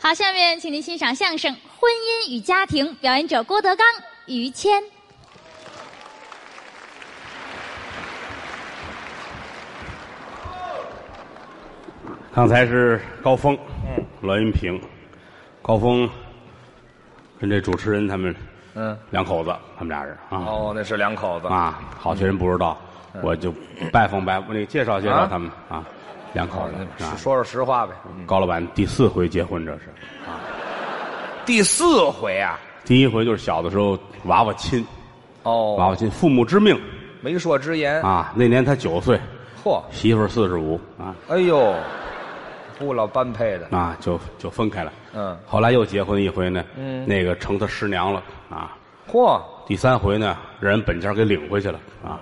好，下面请您欣赏相声《婚姻与家庭》，表演者郭德纲、于谦。刚才是高峰，嗯，栾云平，高峰跟这主持人他们嗯，两口子，他们俩人啊哦，嗯那是两口子，啊，好些人不知道，我就拜访拜那个介绍介绍他们啊，两口哦那嗯子说啊，说实话呗。高老板第四回结婚，这是第四回啊，第一回就是小的时候娃娃亲，娃哦，嗯娃亲父母之命媒妁之言，啊，那年他九岁，嚯，媳妇四十五啊哎呦，不老般配的，啊，就就分开了，嗯，后来又结婚一回呢，那个成他师娘了啊，嚯，第三回呢，让人本家给领回去了啊。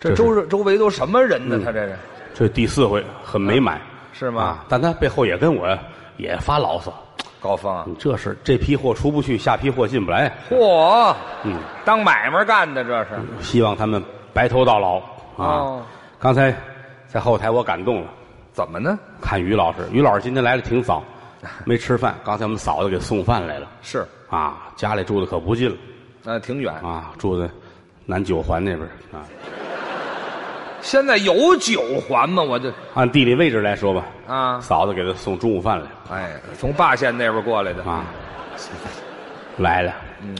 这是嗯周周围都什么人呢？他这是，这第四回很美满，是吗啊但他背后也跟我也发牢骚，高峰啊，你这是这批货出不去，下批货进不来，嚯，嗯，当买卖干的这是，希望他们白头到老啊。哦刚才在后台我感动了，怎么呢？看于老师，于老师今天来的挺 早，没吃饭，刚才我们嫂子给送饭来了是，啊，家里住的可不近了呃，挺远，啊，住在南九环那边啊，现在有九环吗？我就按地理位置来说吧，啊，嫂子给他送中午饭来了。哎，从霸县那边过来的，啊，来了，嗯，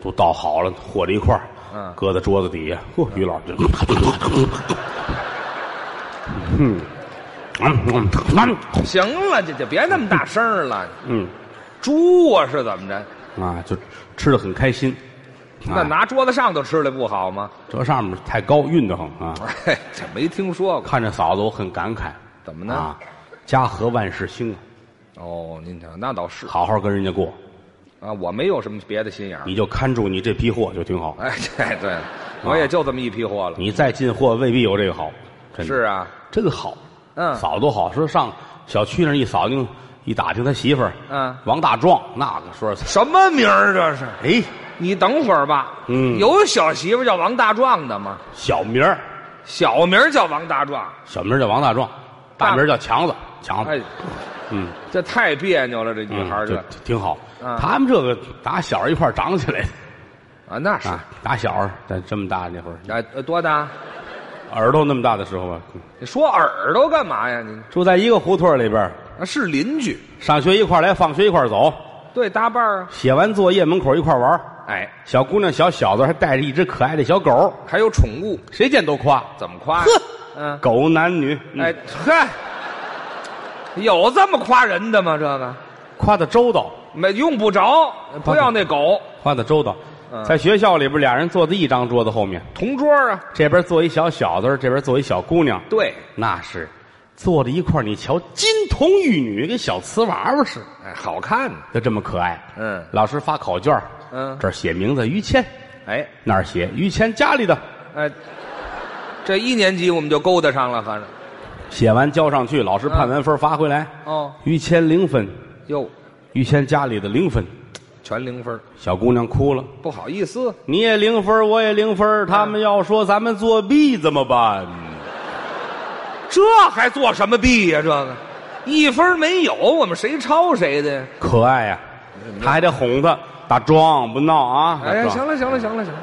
都倒好了，和在一块儿，嗯搁在桌子底下。嚯，于老师就，嗯，嗯行了，就就别那么大声了，嗯猪啊是怎么着？嗯，啊，就吃的很开心。那啊拿桌子上头吃来不好吗？这上面太高，晕得很啊！哎， 这没听说过。看着嫂子，我很感慨。怎么呢啊，家和万事兴啊，哦，您瞧，那倒是好好跟人家过，啊，我没有什么别的心眼儿。你就看住你这批货就挺好。哎，对对，我也就这么一批货了。你再进货未必有这个好，真的是啊，真好，嗯扫多好。说上小区那儿一扫听，一打听他媳妇儿，嗯王大壮那个说，什么名儿这是？哎，你等会儿吧。嗯有小媳妇叫王大壮的吗？小名儿，小名儿叫王大壮。小名儿叫王大壮，大名儿叫强子，强哎子，，嗯，这太别扭了，这女嗯孩儿就这挺好。嗯他们这个打小一块儿长起来的啊，那是啊，打小儿在这么大那会儿，哎呃多大？耳朵那么大的时候啊，你说耳朵干嘛呀？你住在一个胡同里边儿，啊是邻居，上学一块儿来，放学一块儿走，对搭伴儿啊。写完作业门口一块儿玩儿。哎，小姑娘、小小子还带着一只可爱的小狗，还有宠物，谁见都夸。怎么夸呀？嗯。狗男女，哎哎，，嗨，有这么夸人的吗？这个夸的周到，没用不着，不要那狗夸的周到。嗯在学校里边，俩人坐在一张桌子后面，同桌啊。这边坐一小小子，这边坐一小姑娘，对，那是坐在一块儿你瞧，金童玉女，跟小瓷娃娃似的，哎，好看呢。就这么可爱。嗯老师发考卷，嗯这儿写名字于谦，哎那儿写于谦家里的，哎，这一年级我们就勾搭上了，反正写完交上去，老师判完分发回来，哦于谦零分，哟，于谦家里的零分。全零分儿，小姑娘哭了，不好意思，你也零分，我也零分，他嗯们要说咱们作弊怎么办？这还做什么弊呀、这个一分没有，我们谁抄谁的呀？可爱呀、他还得哄他，打装不闹啊！打哎，桩行，了行了行了行了，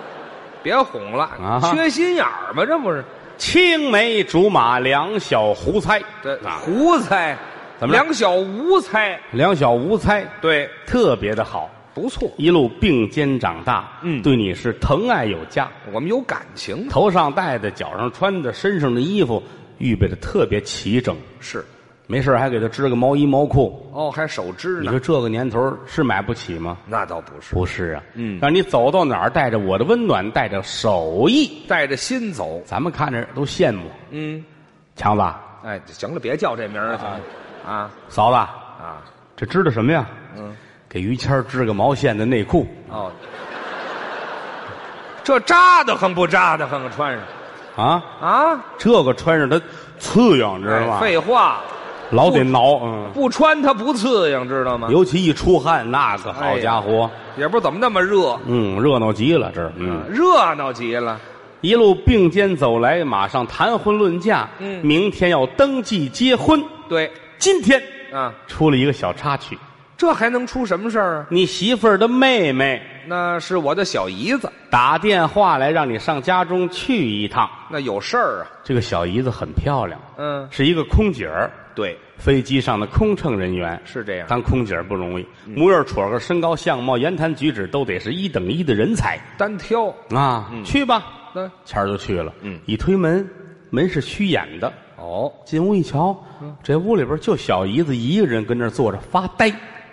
别哄了，啊缺心眼儿吗？这不是青梅竹马两小胡猜，这啊，胡猜，怎么了两小无猜？两小无猜，对，特别的好，不错，一路并肩长大，嗯对你是疼爱有加，我们有感情头上戴的，脚上穿的，身上的衣服预备的特别齐整，是没事儿还给他织个毛衣毛裤，哦，还手织你呢说，这个年头儿是买不起吗？那倒不是，不是啊，嗯让你走到哪儿带着我的温暖，带着手艺，带着心走。咱们看着都羡慕。嗯，强子，啊哎，行了，别叫这名儿了，行了啊嫂子，啊，这织的什么呀？嗯，给于谦儿织个毛线的内裤哦，这扎的很不扎的很，穿上啊，啊，这个穿上它刺痒，知道吗？哎废话，老得挠，嗯，不穿它不哎刺痒，知道吗？尤其一出汗，那个好家伙，也不知怎么那么热，嗯，热闹极了，这儿嗯，热闹极了。一路并肩走来，马上谈婚论嫁，嗯明天要登记结婚，对，今天啊，出了一个小插曲，这还能出什么事儿啊？你媳妇儿的妹妹那是我的小姨子，打电话来让你上家中去一趟。那有事儿啊。这个小姨子很漂亮，嗯，是一个空姐儿，对，飞机上的空乘人员。是这样。嗯当空姐儿不容易，模样、戳个、身高、相貌、言谈举止都得是一等一的人才单挑，啊！去吧，那谦儿就去了。嗯，一推门，门是虚掩的。哦进屋一瞧，嗯这屋里边就小姨子一个人跟那儿坐着发呆，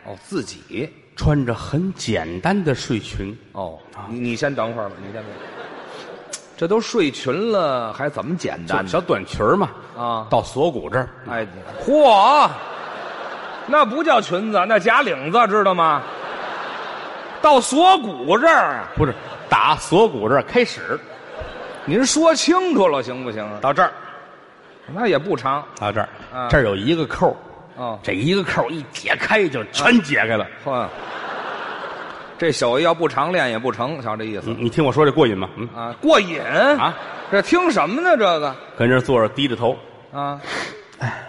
哦，自己穿着很简单的睡裙。哦，你你先等会儿吧，你先等会儿。这都睡裙了，还怎么简小单呢？小短裙儿嘛，啊到锁骨这儿，哎，嚯，那不叫裙子，那假领子，知道吗？到锁骨这儿，啊不是打锁骨这儿开始，您说清楚了行不行啊？到这儿，那也不长，到这儿，啊这儿有一个扣儿，哦这一个扣儿一解开就全解开了。嚯，这手艺要不长练也不成，瞧这意思你你听我说这过瘾吗？嗯啊，过瘾啊啊！这听什么呢？这个跟这儿坐着低着头啊，哎，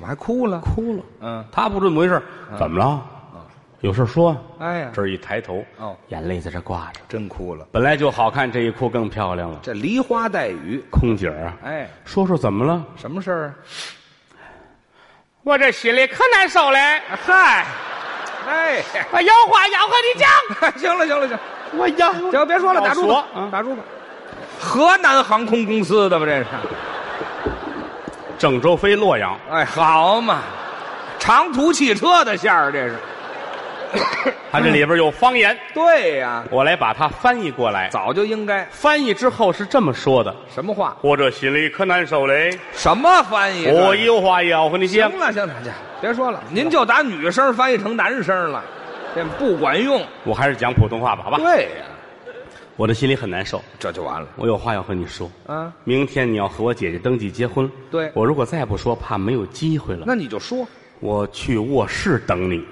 我还哭了，哭了，嗯，他不这么回事儿，怎么了？有事儿说啊。哎呀，这儿一抬头，嗯哦眼泪在这挂着，真哭了，本来就好看，这一哭更漂亮了。这梨花带雨，空姐儿啊，哎，说说怎么了？什么事儿啊？我这心里可难受嘞！啊嗨，哎，我有话要和你讲， 行了，行了，行了。我要行，别说了，打住吧，啊打住吧。河南航空公司的吧，这是？郑州飞洛阳，哎，好嘛，长途汽车的线儿，这是。它这里边有方言，嗯对呀、我来把它翻译过来。早就应该。翻译之后是这么说的：什么话？我这心里可难受嘞，什么翻译？我有话要和你讲行。了，行了，行，别说了，您就打女声翻译成男声了，这不管用。我还是讲普通话吧，好吧？对呀、我这心里很难受，这就完了我有话要和你说。啊。明天你要和我姐姐登记结婚，对我如果再不说，怕没有机会了。那你就说，我去卧室等你，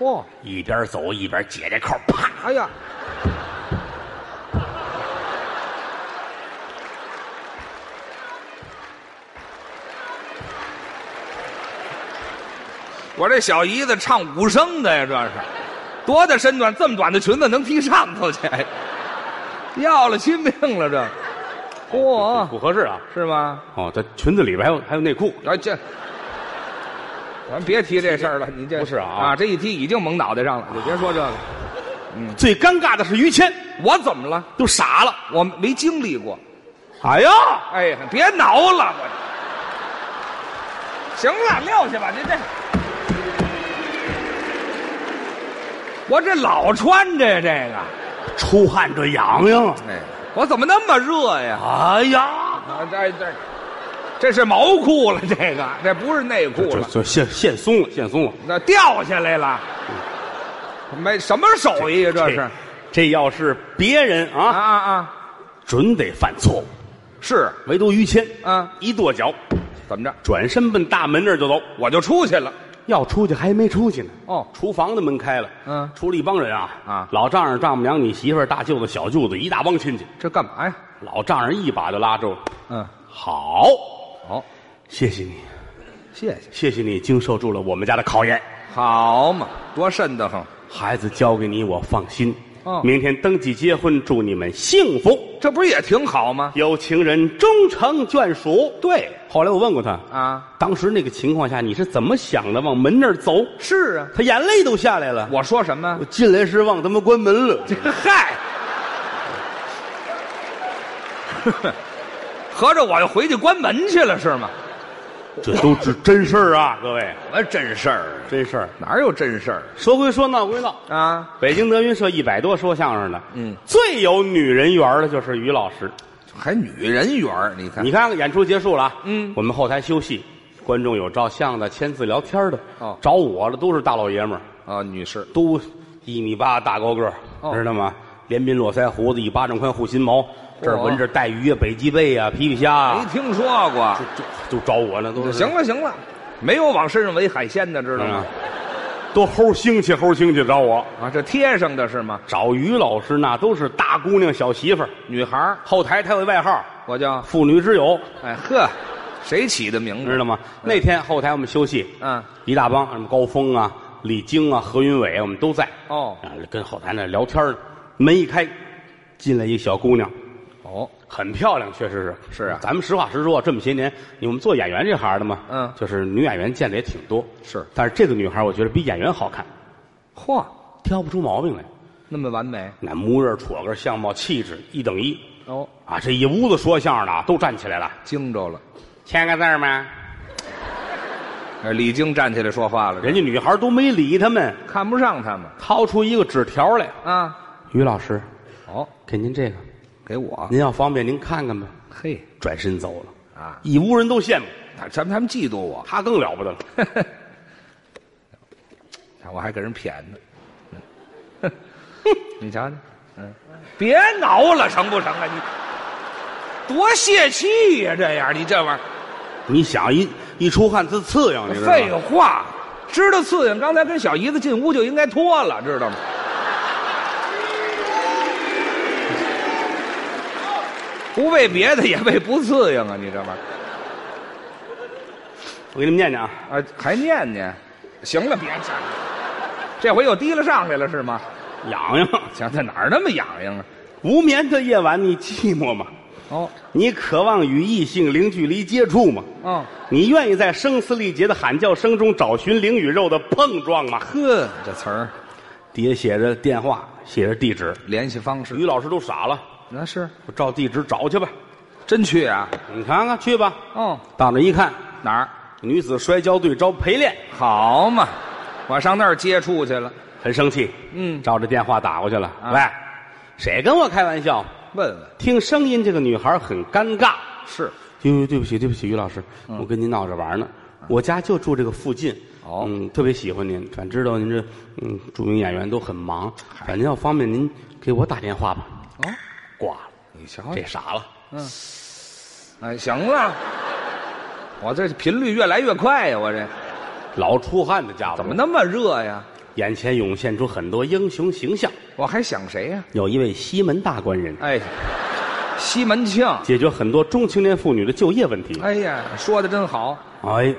嚯、一边走一边解这扣，啪！哎呀，我这小姨子唱五声的呀，这是多大身段？这么短的裙子能踢上头去？哎要了亲命了这！嚯、不合适啊！是吗？哦，这裙子里边还有还有内裤，啊这，咱别提这事儿了，你这不是啊啊，这一提已经蒙脑袋上了，你别说这个，嗯最尴尬的是于谦我怎么了？都傻了。我没经历过。哎呀，哎呀，别挠了，我。行了，撂下吧，您这。我这老穿着呀，这个，出汗这痒痒。哎，我怎么那么热呀？哎呀，啊，这这，这是毛裤了，这个，这不是内裤就了，就线线松了，线松了。那掉下来了。没什么手艺嗯呀，这是这这要是别人啊啊，啊啊！准得犯错误。是唯独于谦啊，一跺脚，怎么着？转身奔大门那儿就走。我就出去了。要出去还没出去呢。哦厨房的门开了，嗯出了一帮人啊啊老丈人、丈母娘、你媳妇儿、大舅子、小舅子，一大帮亲戚。这干嘛呀？老丈人一把就拉住了，嗯，好，好，谢谢你，谢谢。谢谢你经受住了我们家的考验。好嘛，多瘆得慌。孩子交给你，我放心。哦明天登记结婚，祝你们幸福，这不是也挺好吗？有情人终成眷属。对后来我问过他，啊，当时那个情况下你是怎么想的？往门那儿走，是啊。他眼泪都下来了。我说什么我？进来时忘他妈关门了，嗨， 合着我又回去关门去了是吗？这都是真事儿啊，各位，什么真事儿？啊真事儿。哪有真事儿说归说，闹归闹，啊？北京德云社一百多说相声的，嗯，最有女人缘儿的就是于老师。还女人缘儿你看你看看演出结束了啊，嗯我们后台休息，观众有照相的、签字聊天的，哦找我的都是大老爷们儿，啊，女士都一米八大高个儿，哦知道吗？连鬓络腮胡子，一巴掌宽护心毛，这儿嚯纹着带鱼啊、北极贝啊、皮皮虾没啊，听说过。就就找我呢，都是哎行了行了，嗯没有往身上围海鲜的，知道啊吗？，都齁兴起齁兴起找我，啊，这贴上的是吗？找于老师那都是大姑娘小媳妇儿，女孩儿后台他有外号我叫“妇女之友哎呵，谁起的名字？知道吗？那天后台我们休息，嗯，一大帮什么高峰啊、李菁啊、何云伟，我们都在。哦啊，跟后台那聊天呢门一开，进来一小姑娘，哦，很漂亮，确实是是啊咱们实话实说，这么些年，你们做演员这行的嘛，嗯就是女演员见的也挺多，是但是这个女孩，我觉得比演员好看，嚯，挑不出毛病来。那么完美那模样、戳个、相貌、气质一等一哦，啊！这一屋子说相声的啊都站起来了，惊着了。签个字儿吗？哎李菁站起来说话了，人家女孩都没理他们，看不上他们掏出一个纸条来。啊。于老师，哦，给您这个，给我您要方便您看看吧。嘿转身走了，啊，一屋人都羡慕他他们他们嫉妒我，他，更了不得了。看我还给人谝呢。嗯你瞧瞧，嗯，别挠了，成不成啊？你多泄气呀、这样你这玩意儿，你想一一出汗自刺痒，你知道吗废话，知道刺激。刚才跟小姨子进屋就应该脱了，知道吗？不为别的，也为不刺激啊！你这玩意儿。我给你们念念啊，啊，还念念？行了，别这，这回又提了上来了是吗？痒痒。瞧，这哪儿那么痒痒啊？无眠的夜晚，你寂寞吗？哦，你渴望与异性零距离接触吗？哦，你愿意在声嘶力竭的喊叫声中找寻灵与肉的碰撞吗？呵，这词儿底下写着电话，写着地址。联系方式于老师都傻了，那是我照地址找去吧。真去啊？你看看去吧。哦，到那一看，哪儿女子摔跤队招陪练，好嘛？我上那儿接触去了，很生气。嗯啊照着电话打过去了。喂，谁跟我开玩笑？问问听声音，这个女孩很尴尬。是哟，对不起，对不起，于老师，嗯我跟您闹着玩呢。我家就住这个附近，哦嗯，特别喜欢您。反知道您这，嗯，著名演员都很忙，反正要方便您给我打电话吧。哦，挂了，你瞧这傻了。啊嗯哎，行了，我这频率越来越快呀、我这老出汗的家伙，怎么那么热呀？眼前涌现出很多英雄形象。我还想谁呀、有一位西门大官人，哎，西门庆，解决很多中青年妇女的就业问题。哎呀，说的真好。哎，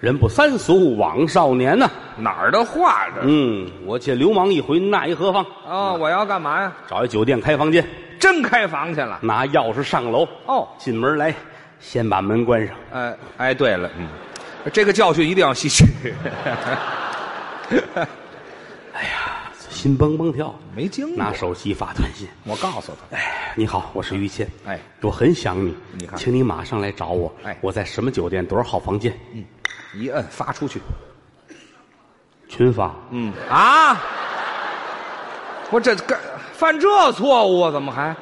人不三俗枉少年呐、哪儿的话这？嗯，我且流氓一回，那一何妨？哦，我要干嘛呀？找一酒店开房间，真开房去了？拿钥匙上楼。哦进门来，先把门关上。哎哎，对了，嗯，这个教训一定要吸取。心蹦蹦跳，没经拿手机发短信。我告诉他，哎，你好，我是于谦。哎，我很想你，你看请你马上来找我。哎我在什么酒店多少号房间？一摁发出去。群发。嗯啊，我这干犯这错误，啊怎么还？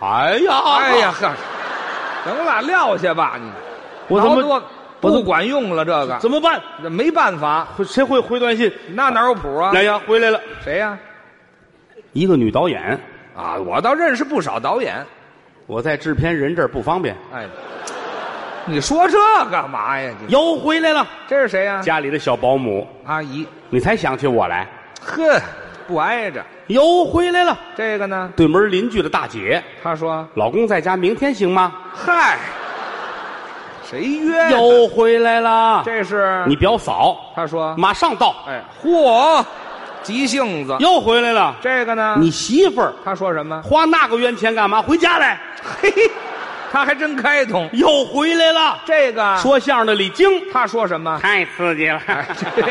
哎呀，哎呀，呵，行了，撂下吧你。我怎挠么多我怎不管用了？这个怎么办？这没办法，谁会回短信？那哪有谱啊？哎呀，回来了，谁呀？一个女导演。啊，我倒认识不少导演。我在制片人这儿不方便。哎，你说这干嘛呀？你又回来了，这是谁呀、家里的小保姆，阿姨，你才想起我来。呵，不挨着。又回来了，这个呢，对门邻居的大姐，他说老公在家，明天行吗？：“嗨，谁约的？又回来了，这是你表嫂，他说，马上到。哎，嚯，急性子。哎又回来了，这个呢，你媳妇儿他说什么？花那个冤钱干嘛？回家来。嘿，他还真开通。又回来了，这个说相声的李菁 他说什么？太刺激了哎这